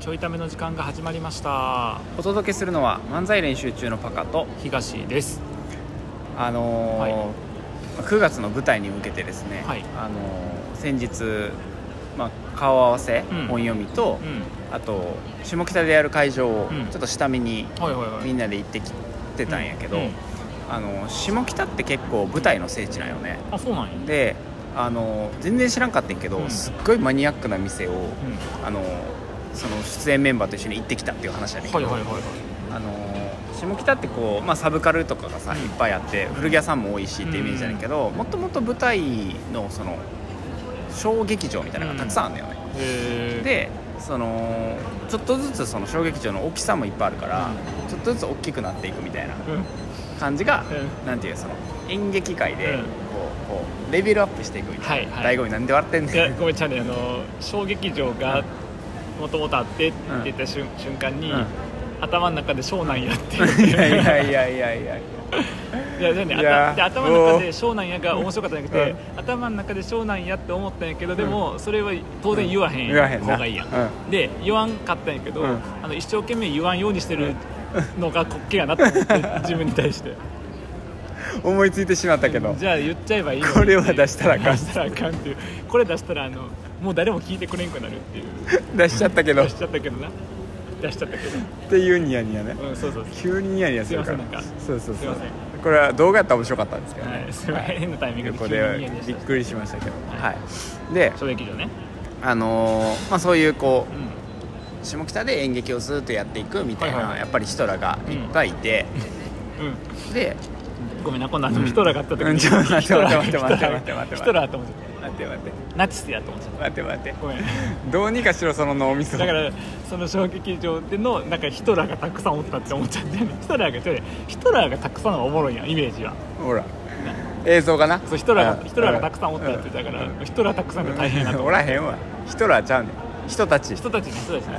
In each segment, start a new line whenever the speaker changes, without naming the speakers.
ちょいための時間が始まりました
お届けするのは漫才練習中のパカと
東です
あのー
はい
まあ9月の舞台に向けてですね、
はい
あのー先日、まあ、顔合わせ、
うん
本読みと
う、ん
あと下北でやる会場を
うん
ちょっと下見に
はいはいはい
みんなで行ってきてたんやけど、
うんうん
あのー下北って結構舞台の聖地なんよね
あそうなんやうん
であのー全然知らんかったんやけど、
うん
すっごいマニアックな店を、あのーその出演メンバーと一緒に行ってきたっていう話だねんけど、
はいはいはいはい
あのー下北ってこう、まあ、サブカルとかがさ、
うん
いっぱいあって古着屋さんも多いしってイメージだけど、もっともっと舞台のその小劇場みたいなのがたくさんあるんだよね、
へー
でそのちょっとずつその小劇場の大きさもいっぱいあるから、ちょっとずつ大きくなっていくみたいな
うん
感じが、
う
なんていうその演劇界で
うん
こう,、こうレベルアップしていくみたいな、
はいはい
醍醐味なんで笑ってんねん
いやごめんちゃんねあの小劇場がもともとあってって言った瞬瞬間に、
うん
頭の中で湘南やって
いやいやいやいやいや
いやじゃあね
いや
あたで頭の中で
お
湘南やが面白かったんじゃなくて、頭の中で湘南やって思ったんやけどでも、それは当然言わへん
言わへんな
方がいいやん、
う
で言わんかったんやけど、
うん
あの一生懸命言わんようにしてるのが滑稽やなと思って自分に対して
思いついてしまったけど
じゃあ言っちゃえばいいのに
これは出したらあかん
出したらあかんっていうこれ出したらあのもう誰も聞いてくれんくなるっていう
出しちゃったけどっ
出しちゃったけどな出しちゃったけ
ていうニヤニヤね
どうんそうそう
急にニヤニヤするから
すいませんなんか
そうそう
すい
そう
ません
これは動画やったら面白かったんですけどね、
はいすいません変なタイミングで急
こ
にニ
れ
ヤニヤし
び
ち
っ
ゃった
くりしましたけど、
は
はいいで
小劇場ね
あのーまあ、そういうこ
うん
う下北で演劇をずっとやっていくみたいな、
はいはいはい
やっぱり人らがいっぱいいて、
うん
で
ごめんなこんなあのヒトラーがあった時
う
に
ん
ヒ
ち
ト
ょ
ラ
っと待って
ー
待って待って待って待って待って
ヒトラーと思っちゃっ
待って待って
たナチスやと思っちゃっ
待って待って
たごめん
てどうにかしろその脳みそ
だからその小劇場でのなんかヒトラーがたくさんおったって思っちゃってヒトラーがちょいヒトラーがたくさんはおもろいやんイメージは
ほら映像がな
そうヒトラーが
うん
ヒトラーがたくさんおったって言ってたからヒトラーたくさんが大変やなと
お
思って
らへんわ人らちゃうねん人たち
人たちね人たちね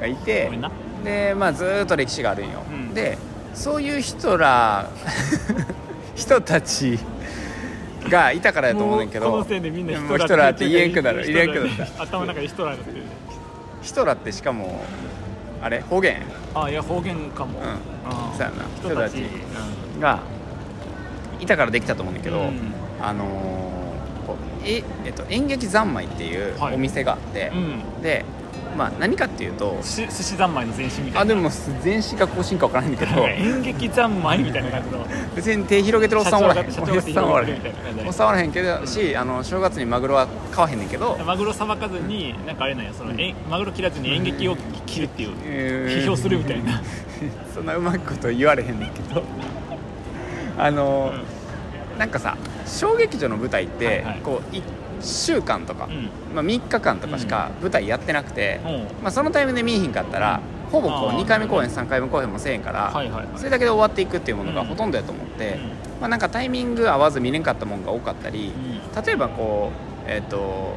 がい
ご
て
めんな
でまあずーっと歴史があるんよ、
うん
でそういう人ら 人たちがいたから
う
や
ん
と思うねんけど
もこのせいでみんな
もうヒトラーって言えんくなる
ヒ
言
ト
え
ラ
んく
ー
なる
頭の中でヒトラーになってる
人らってしかもあれ方言
あいや方言かも
うん
あー
そうやな
人たち
人がいたからできたと思うねんだけど、
うん
あのーこうええっと、演劇三昧っていう
はい
お店があって、
うん
で、まあ、何かっていうと
寿司寿司三昧の前身みたいな
あでも全身か更新か分からないんだけ
なん
ど
か演劇三昧みたいな感じの
別に手広げてるおっさんおらへんおっ
社
さ
長が手広げて
んおらへ
みたいな感じ
んおっさんおらへんけどし、あの正月にマグロは買わへんねんけど
マグロさばかずになんかあれなんやその、えマグロ切らずに演劇を切るっていう批
批
評するみたいな
そんなうまいこと言われへんねんけど あの、なんかさ小劇場の舞台って、
はいはい
こう1週間とか、
うん
まあ、3日間とかしか舞台やってなくて、
うん
まあ、そのタイミングで見えひんかったら、ほぼこ
あ
う
ー
2回目公演3回目公演もせえへんから、
はいはいはい
それだけで終わっていくっていうものが
うん
ほとんどやと思って、
うん
まあ、なんかタイミング合わず見れんかったもんが多かったり、例えばこうえっ、と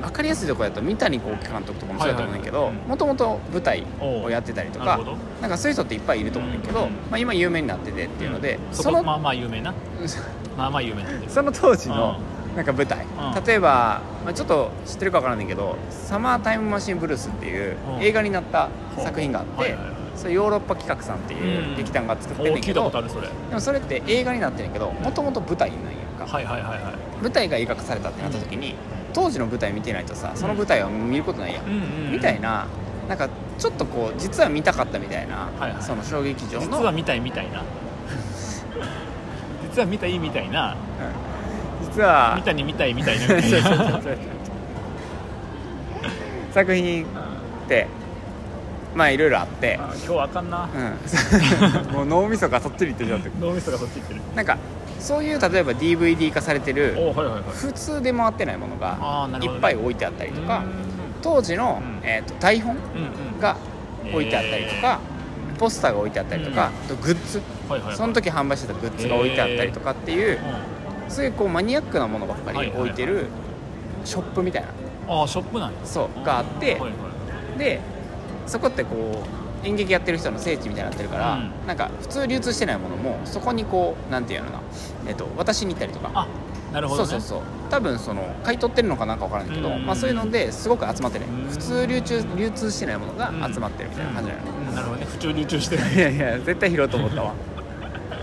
分かりやすいところだと三谷幸喜監督とかもそうだと思うんだけ
はい
ど
はいはいうん
もともと舞台をやってたりと
な
か
るほど
なんかそういう人っていっぱいいると思うんだけど、
うん
まあ、今有名になっててっていうので、
うんそ
そ
こ
の
まあまあ有名な まあまあ有名なんで
その当時のなんか舞台、
うん
例えば、まあ、ちょっと知ってるかわからないけど「サマータイムマシンブルース」っていう
うん
映画になった作品があって、
はいはいはい
それヨーロッパ企画さんっていう劇団が作って
お
るん
お
だ
聞
け
いた
ど、
ことあるそれ
でもそれって映画になってるんだけどもともと舞台なんやんか、
はいはいはいはい
舞台が映画化されたってなった時に、当時の舞台見てないとさその舞台は見ることないやん、
うんうんうん
みたいななんかちょっとこう実は見たかったみたいな、
はいはい
その小劇場
実
の
は見たいみたいな実は見たいみたいな
実は
見たに見たいみたいなみたい
そうそうそ
な
うそう作品ってまあいろいろあって
あ今日あかんな
うん もう脳みそがそっちにいってしまってる
脳みそがそっち行ってる
なんかそういう例えば DVD 化されてる
おはいはいはい
普通で回ってないもの
あーな
が
る
い
ほど
っ
ね
ぱい置いてあったりとか
う
当時の
うん、
えー、と台本
んうんうん
が置いてあったりとか、ポスターが置いてあったりとか、あとグッズ
はいはいはい
その時販売してたグッズが置いてあったりとかってい
う、
う
ん
そういうこうマニアックなものばっか
はい
り
はいはい
置いてるショップみたいな
ああショップなんや
そうがあって
はいはい
でそこってこう演劇やってる人の聖地みたいになってるから、
うん
なんか普通流通してないものもそこにこうなんていうのかな、えっと渡しに行ったりとか
あなるほ
そ
どね
うそうそう多分その買い取ってるのかなんか分からないけど、
うん
まあ、そういうのですごく集まってね
うん
普通流通流通してないものが集まってるみたいな感じなの、
うんなるほどね不調流中して ない
いやいや絶対拾うと思ったわ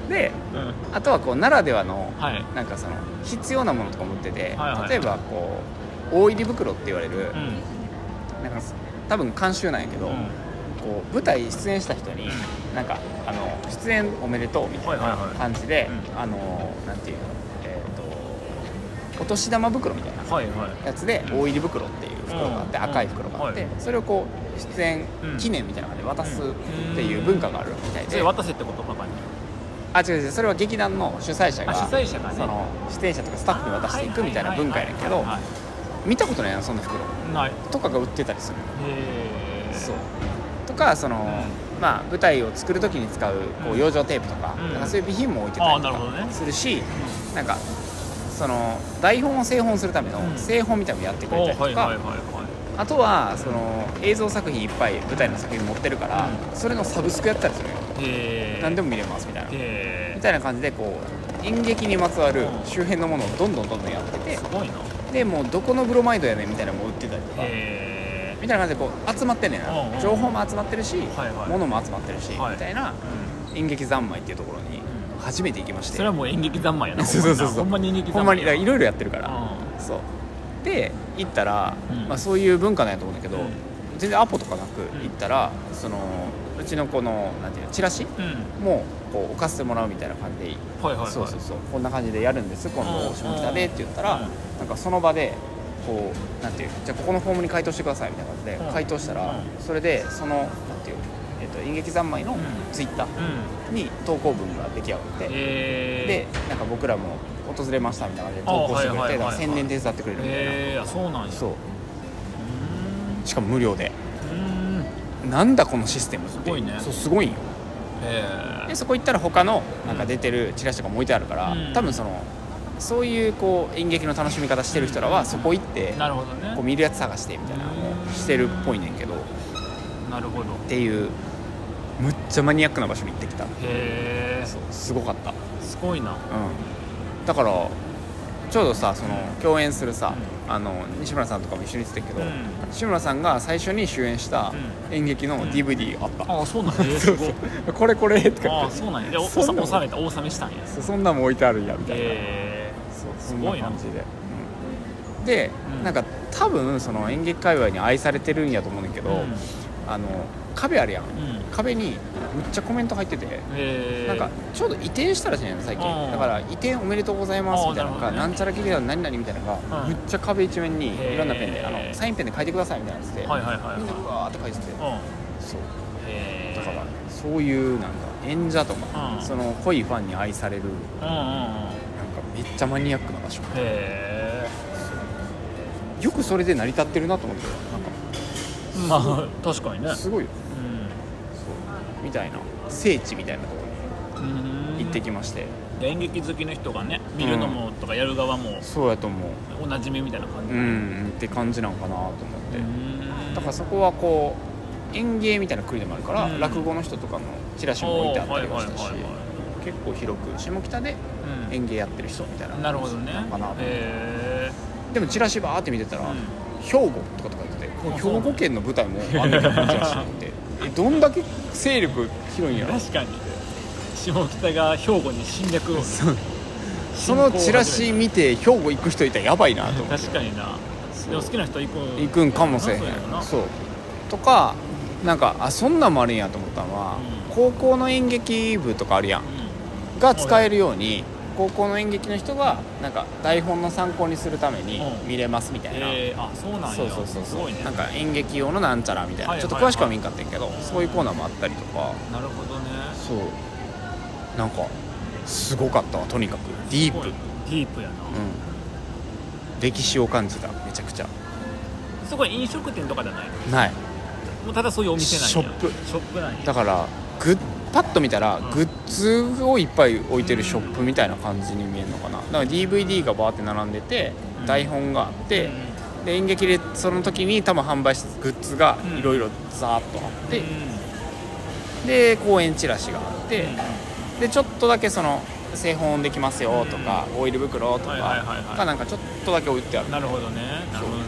で
うん
あとはこうならではの
はい
なんかその必要なものとか持ってて、
はいはい
例えばこう大入り袋って言われる、
う
なんか多分監修なんやけど、
んうん
こう舞台出演した人になんかあの出演おめでとうみたい
はい
な
はいはい
感じで、
う
あのなんていうのえっ、とお年玉袋みたいな
はいはい
やつで
うん
大入り袋っていう袋があって、
うん
赤い袋があって、
うんは
それをこう出演
うん
記念みたいなので渡すっていう文化があるみたい
そ
で、
れ渡せってことパパに
あ違う違うそれは劇団の主催者が
あ主催者がね
その出演者とかスタッフに渡していくみたいな文化やねんけ
は
ど
いはいはい
見たことないやんそんな袋
はいないへ
とかが売ってたりする
え
そうとかその、まあ、舞台を作る時に使うこ
う
うん養生テープとか,、
うん
なんかそういう備品も置いてたりと
あーなるほど
か
ね
するしなんかその台本を製本するための
うん
製本みたいなのをやってくれ
お
た
は
り
い
とか、
はいはいはい
あとはその映像作品いっぱい舞台の作品持ってるから、それのサブスクやったりするよ
へえ
何で
も
も見れますみたいな
へえ
みたいな感じでこう演劇にまつわる
うん
周辺のものをどんどんどんどんやってて
すごいな
でもうどこのブロマイドやねんみたいなのも売ってたりとか
へえ
みたいな感じでこう集まってんねんな
うんうん
情報も集まってるし、
はいはい
物も集まってるし、
はい
みたいな演劇三昧っていうところに
う
初めて行きまして
それはもう演劇三昧やな
そうそうそうそう
ほんまに演劇
ほ
三
んま
昧
にだからいろいろやってるか
う
ら
ん
そうで行ったら、
うん
まあ、そういう文化なんやと思うんだけど、
うん
全然アポとかなく
ん
行ったら、そのうちのこのなんていうのチラシ
うん
もこう置かせてもらうみたいな感じで
はいはいはい
そうそうそうこんな感じでやるんです今
う
度
ん
下北でって言ったら、
うん
なんかその場でこうなんていうじゃあここのフォームに回答してくださいみたいな感じで
うん
回答したら、
う
それでそのなんていう、えっと演劇三昧の
ん
ツイッター
うん
に投稿文が出来上がって、で
へえ
なんか僕らも訪れましたみたいな感じで投稿してくれ
あはいはいは
て
い
だから宣伝手伝ってくれるみたいな、
へえあそうなんや
そうう
ー
しかも無料で
んうーん
なんだこのシステムって
すごいね
そうすごいんよ
へ
でそこ行ったら他のなんか出てるチラシとかも置いてあるから、
うん
多分そのそういうこう演劇の楽しみ方してる人らはそこ行って
えなるほどね
こう見るやつ探してみたいなのをしてるっぽいねんけどっ
なるほど
ていうむっちゃマニアックな場所に行ってきた
へえ
すごかった、うん、
すごいな
だからちょうどさその共演するさ、あの西村さんとかも一緒に行ってたけど、
うん
西村さんが最初に主演した演劇の
うん
DVD あった、
ああそう なんやへえすごい
これこれとか
あ
言っ
あ
て
そうなんやでおお
そ
さ
んなもん
納めたお納めしたんや
そうそんなんも置いてあるんやみたいな、
へ
そう
す
そんな
ごいな
感じで、うんで、
うん
なんか多分その演劇界隈に愛されてるんやと思うねんだけ
え
ど、あの壁あるやん
うん
壁にむっちゃコメント入ってて、
へえ
なんかちょうど移転したらしいねん最近
うん
だから移転おめでとうございますみたいなの
あ
が、
ーなるほど
な
ね
んちゃら劇団何々みたいなのが、
うん
むっちゃ壁一面にいろんなペンで
へー
あのサインペンで書いてくださいみたいなのつって、
はいはいはいはい
みんなうわーって書いてて、
うん
そう
へえ
だからそういうなんか演者とか、
うん
その濃いファンに愛される
うんうんうん
なんかめっちゃマニアックな場所
へえ
よくそれで成り立ってるなと思ってなんか
まあ確かにね
すごい
う
よ
ん
そうみたいな聖地みたいなところに行ってきまして、
で演劇好きの人がね見るのもとかやる側も
そうやと思う
おなじみみたいな感じ
う
うん
んって感じなんかなと思って、だから
ら
そこはこう園芸みたいな国でもあるから、
うん
落語の人とかのチラシも置いてあったりもしたし、
はいはいはいは
結構広く下北で園芸やってる人みたいな、
うんなるほどね
かな
へ
でもチラシバーって見てたら、
うん
兵庫とかとか言ってて
あ
兵庫県の舞台もあんねんけどチラシってえどんだけ勢力広いん
え
やろ
確かに下北が兵庫に侵略 を
そのチラシ見て兵庫行く人いたらやばいなと思って
確かになでも好きな人行く
行くんかもしれへん
そうやろな
そうとかなんかあそんなんもあるんやと思ったのは、
うん
高校の演劇部とかあるやん
う
が使えるように高校の演劇の人がなんか台本の参考にするために
うん
見れますみた
ん
いな、
へえあそうなんや
そうそうそう
す
そ
ご
う、
いね
なんか演劇用のなんちゃらみたいな、
はいはいはい
ちょっと詳しくは見んかったんやけどそういうコーナーもあったりとか
なるほどね
そうなんかすごかったわとにかくディー
す
プ、う、
ごいディープやなん
歴史を感じためちゃくちゃ
すごい飲食店とかじゃない
ない
もうただそういうお店なんや
ショップ
ショップなんや
だからグッパッと見たら
うん
グッズをいっぱい置いてるショップみたいな感じに見えるのかなだから DVD がバーって並んでて
うん
台本があって
うん
で演劇でその時に多分販売したグッズが
うん
いろいろザーッとあって
うん
で公演チラシがあって
うん
でちょっとだけその製本できますよとか、オイル袋とか、
はいはいはいはい
がなんかちょっとだけ置いてあるっ
なるほどねなるほどね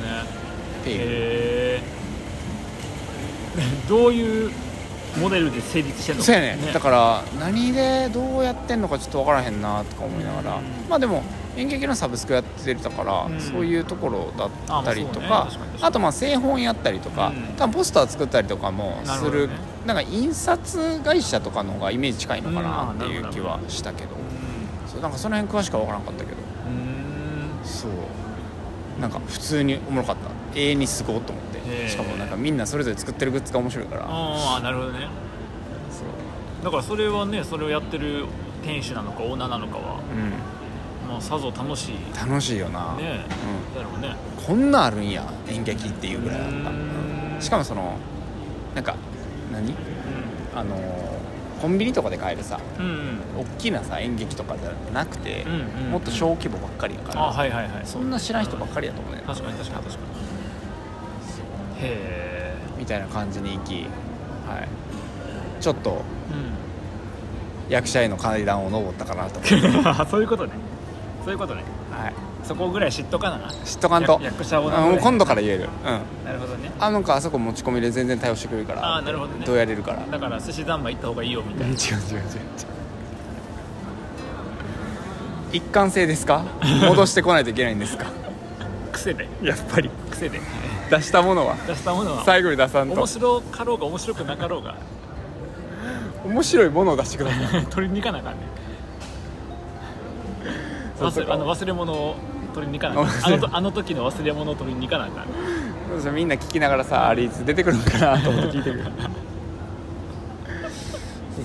ていう、
へえどういうモデルで成立してんの
そうやねだから何でどうやってんのかちょっと分からへんなとか思いながら、
うん
まあでも演劇のサブスクやってたから、
うん
そういうところだったりと
あま
か
あそうね確かに確かに
あとまあ製本やったりとか、
うん
多分ポスター作ったりとかも
なるほ
す
ど
る
ね
なんか印刷会社とかの方がイメージ近いのかな
う
っ
ん
ていう気はしたけど、そうなんかその辺詳しくは分からなかったけど
うんうん
そうなんか普通におもろかった永遠にすごっと思っ
へえ
てしかもなんかみんなそれぞれ作ってるグッズが面白いから
ああなるほどね
そう
だからそれはねそれをやってる店主なのかオーナーなのかは、
う
まあ、さぞ楽しいね
ん楽しいよな、
え
うん
だろうね
こんなんあるんや演劇っていうぐらいあっ
う
た
ん
しかもそのなんか何あのーコンビニとかで買えるさ
うんうん
大きなさ演劇とかじゃなくて、
うんうんうん
もっと小規模ばっかりやから、
あはいはいはい
そんな知らん人ばっかりやと思うねんな
確かに確かに確かにへ
みたいな感じに行き、はい、ちょっと
え
役者への階段を登ったかなと思 う、
うんそういうことねそういうことね
はい、
そこぐらい知っとかな
知っとかんと
役役者を
あもう今度から言えるうん
なるほどね
あなんかあそこ持ち込みで全然対応してくれるから
あーなるほどね
どうやれるから
だから寿司三昧行った方がいいよみた
違う
い
違う違う違
な
う一貫性ですか戻してこないといけないんで すか
癖で
やっぱり
癖で
出したものは
出したものは
最後に出さん
面
と
白かろうが面白くなかろうが
面白いものを出してください
取りに行かなあかんね
そうそう
忘れあの忘れ物を取りに行かなあかんあ
忘れ
のとあの時の忘れ物を取りに行かなあかん
そうそうみんな聞きながらさあれいつ出てくるのかなと思って聞いてくるそう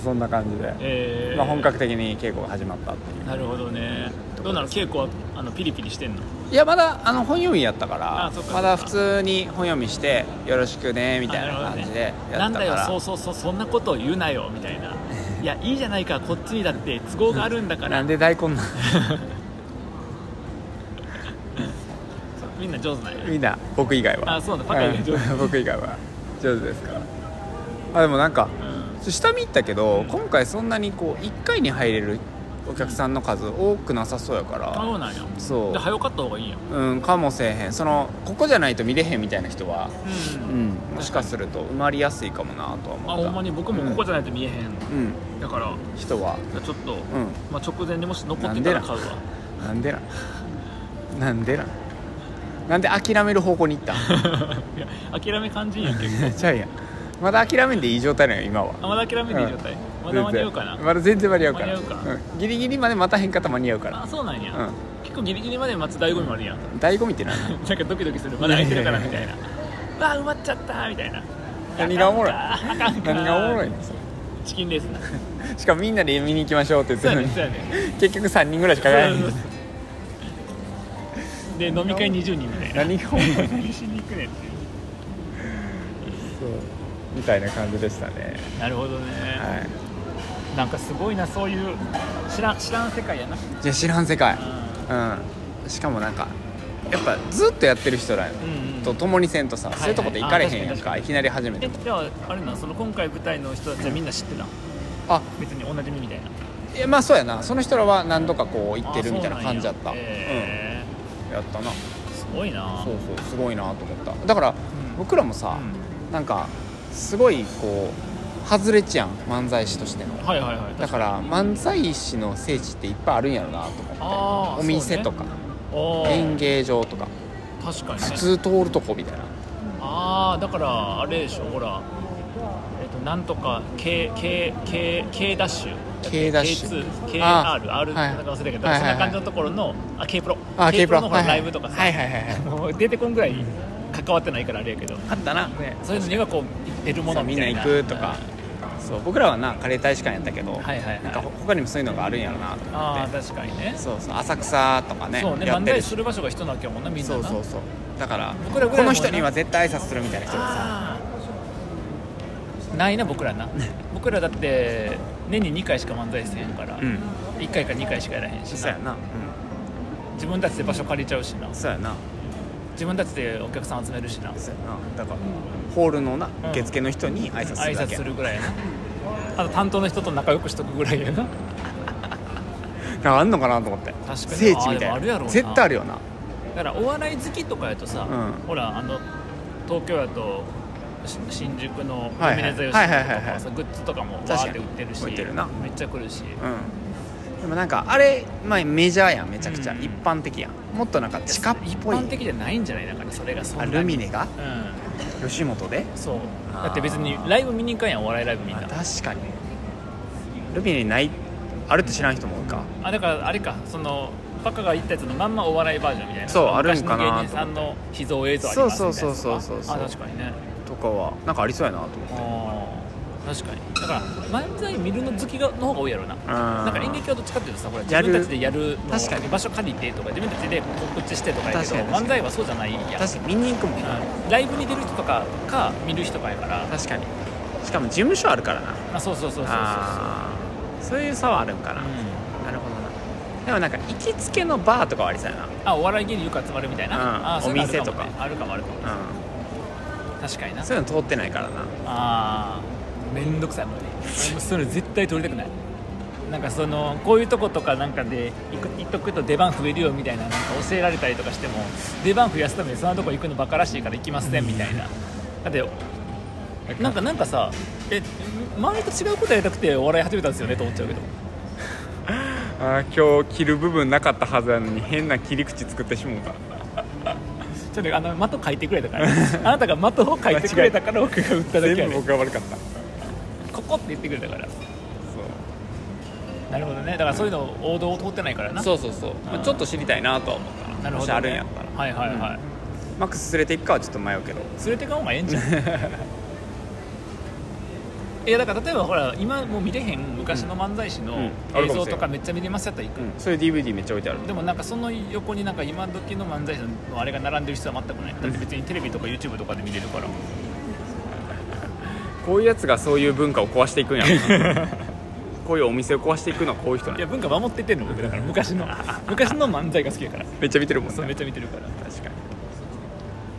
そんな感じで、
えー
まあ、本格的に稽古が始まったっていう
なるほどねどうなの稽古はあのピリピリしてんの
いやまだあの本読みやったから
あそっかそっか
まだ普通に本読みしてよろしくねみたいな
あるほど
感
ね
じでや
な
っ
ん
た
だ
か
よ
ら
そうそうそうそんなことを言うなよみたい ないやいいじゃないかこっちにだって都合があるんだか
な
ら
んで大根なの
みんな上手なんや
みんな僕以外は
あそうだパカ以外上手
うん 僕以外は上手ですからあでもなんか
うん
下見行ったけど今回そんなにこう1回に入れるお客さんの数多くなさそうやか
あそう
ら
なんや
そ
で早かった方がいいんや
ううんかもせえへんそのここじゃないと見れへんみたいな人は
う
うんんもしかすると埋まりやすいかもなとは思
あ
った
ほんまに僕もここじゃないと見えへん
うん
だから
人は
じゃあちょっと、
う
まあ、直前にもし残ってたら買うわ
んなんでなんなんでなんなんで諦める方向に行っ た
いや諦め感じんやん結構
ちゃうやんまだ諦めんでいい状態なんよ今は
あまだ諦めていい状態、まだ間に合うかな、
全然まだ全然間に合うから
間に合うか
うんギリギリまでまた変方間に合うから
あそうなんや、
うん
結構ギリギリまで待つ醍醐味もあ るやん
醍醐味って何な
な
の
んかドキドキするまだ空いてるからみたいなわあ埋まっちゃったみたいな
何がおもろい
あかんかあかんか
何がおもろいのそ
チキンレー スな
れしかもみんなで見に行きましょうって言って
そう
る
や
の
ね
に
そうやね
結局3人ぐらいしかやらへん
そうそうそうで飲み会20人みたいな
何がおもろいの
何しに行くねんっていう
みたいな感じでしたね
なるほどね、
はい
なんかすごいなそういう知らん知らん世界やな
じゃあ知らん世界
う
うんしかもなんかやっぱずっとやってる人ら
んうん
と共にせんとさ
い
そういうとこで行かれへんや
あ
ん
確か
か
に
いきなり初めて
えじゃああれなんその今回舞台の人たちはみんな知ってた
あ
別におなじみみたいな
えまあそうやなその人らは何度かこう行ってるみたいな感じだった
あ
うん
そうなんや
や
へ
ったな
ーすごいな
そうそうすごいなと思っただから
ん
僕らもさなんかすごいこう外れちやん漫才師としての
うんはいはいはい
だ
ら
から漫才師の聖地っていっぱいあるんやろなと
あー
思ってお店とか、演芸場とか
確かにね
普通通るとこみたいな
ああだからあれでしょほらえっとなんとか KKK ダッシュ
K ダッシュ
K2KRR
あはい
なんか忘れたけど、
はいはいはい
そんな感じのところのあ K プロ
あ
K プロのほ
は
ら
いは
ラ
い
イブとかさ、
はいはいはいはい
もう出てこんぐらい関わってないからあれやけど
あったな
ねそういうのにはこう出るも
そ
の
う
み
みん
た
ない行
な
くとかそう僕らはなカレー大使館やったけど、
うんはいはい
なんかほ
はい
他にもそういうのがあるんやろなと思
ああ
って
確かにね
そうそう浅草とかね
そうね
やっ
漫
て
才
るし
する場所が人なわけやもんなみんな
そ
な
うそうそうだから
僕らぐらいも
こ
な
の人には絶対挨拶するみたいな人がさ
あーないな僕らな僕らだって年に2回しか漫才してへんから、
うん
1回か2回しかやらへんし
そうや
な
な、うん、
自分たちで場所借りちゃうしな
そうやな
自分たちでお客さん集めるしな
そうやなだからホールのな
うん
受付の人に挨拶す
挨
るだ
拶
け、
するぐらいやなあと担当の人と仲良くしとくぐらいやな
あんのかなと思って
かに
聖地みた
あでもあ
い
るやろう
な
な
絶対あるよな
だからお笑い好きとかやとさ、
うん
ほらあの東京やとし新宿の
はいは
ル
い
ミネ座吉野
はい
家と
は
か
いはいはい
もさグッズとかもわ
確かに
ーって売ってるし
売ってるな
めっちゃ来るし
うんでもなんかあれ、まあ、メジャーやんめちゃくちゃ、
うん
一般的やんもっとなんか地下っぽい
一般的じゃないんじゃないだからそれがそん
あ
なに
ルミネが
う
吉本で
んそう
あー
だって別にライブ見に行かんやんお笑いライブみん
あ
な
確かにルミネないあるって知らん人も多いか、
あだからあれかそのパカが言ったやつのまんまお笑いバージョンみたいな
そう
昔
あるんかなと思
の
って
芸人さんの秘蔵映像ありますみたいなやつと
そ
か
うそうそうそうそうそう
あ確かにね
とかはなんかありそうやなと思って
あー確かにだから漫才見るの好きがの方が多いやろうな
な
なんか演劇はどっちかっていうとさほら自
やる
分たちでやるのを
確かに
場所借りてとか自分たちで告知してとかやけど
確かに確かに
漫才はそうじゃないやん
確かに見に行くもんな
うんライブに出る人とかか見る人かやから
確かにしかも事務所あるからな
あそうそうそうそうそう
あーそういう差はあるんかな、
うん
なるほどなでもなんか行きつけのバーとかはありそうやな
あお笑い芸人よく集まるみたいな、
うん
あそういうの
お店と
あるかも
か
ねあるかもあるかも
う
確かになん
そういうの通ってないからな
あーめんどくさいもんね俺もそれ絶対取りたくないなんかそのこういうとことかなんかで行く行っとくと出番増えるよみたいななんか教えられたりとかしても出番増やすためにそんなとこ行くのバカらしいから行きませんみたいなだってなんかなんかさえ前と違うことやりたくてお笑い始めたんですよねと思っちゃうけど
あ今日着る部分なかったはずなのに変な切り口作ってしもうた
ちょっとあの的書いてくれた からあなたが的を書いてくれたから僕が打っただけやね
が悪かった
ここって言ってくれたから
そ
なるほどねだからそういうの王道を通ってないからな
うそうそうそう、ま
う
あ、
ん
ちょっと知りたいなとは思った
な
な
るほ
もし
ど、ね、
あるんやったら
はいはいはい、
マックス連れて行くかはちょっと迷うけど
連れてかん方がええん じゃんいやだから例えばほら今もう見れへん昔の漫才師
う
の
んある
映
かもしれん
像とかめっちゃ見れますやったら行く、
うんそういう DVD めっちゃ置いてある
でもなんかその横になんか今時の漫才師のあれが並んでる必要は全くないだって別にテレビとか YouTube とかで見れるから
こういうやつがそういう文化を壊していくん やろなこういうお店を壊していくのはこういう人なん
い
や
や文化守ってってんの僕 だから昔の昔の漫才が好きやから
めっちゃ見てるもん
そうめ
ね
っちゃ見てるから
確かに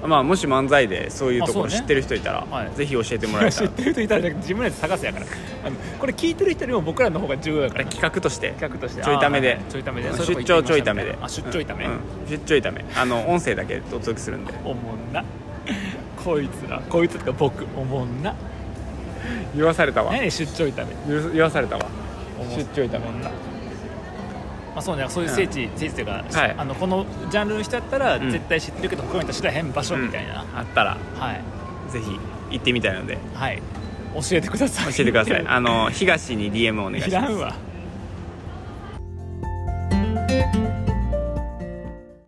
まあもし漫才でそういうところ
あそう
知
ね
ってる人いたら、
はい
ぜひ教えてもらえた
知っ
ら
てる人いたらじゃなくて自分らで探すやからあのこれ聞いてる人よりも僕らの方が重要やから
企画として
企画として
ちょいためで
あーちょいためでそういう
出
とこ行っ
張
て
ちょい
みました
めで
あ出張いため、
うんうん出張いためあの音声だけでお届けするんで
おもんなこいつらこいつとか僕おもんな
言わされたわ
何で出張痛め
言わされたわ出張痛め
おもんなまあそうねそういう聖地、聖地というか、
はい
あのこのジャンルの人やったら
うん
絶対知ってるけど、他の人は知らへん場所みたいな、
うんあったら
はい
ぜひ行ってみたいので
はい教えてください
教えてください
あ
あの東に DM をお願い
い
しま
ら
す
んわ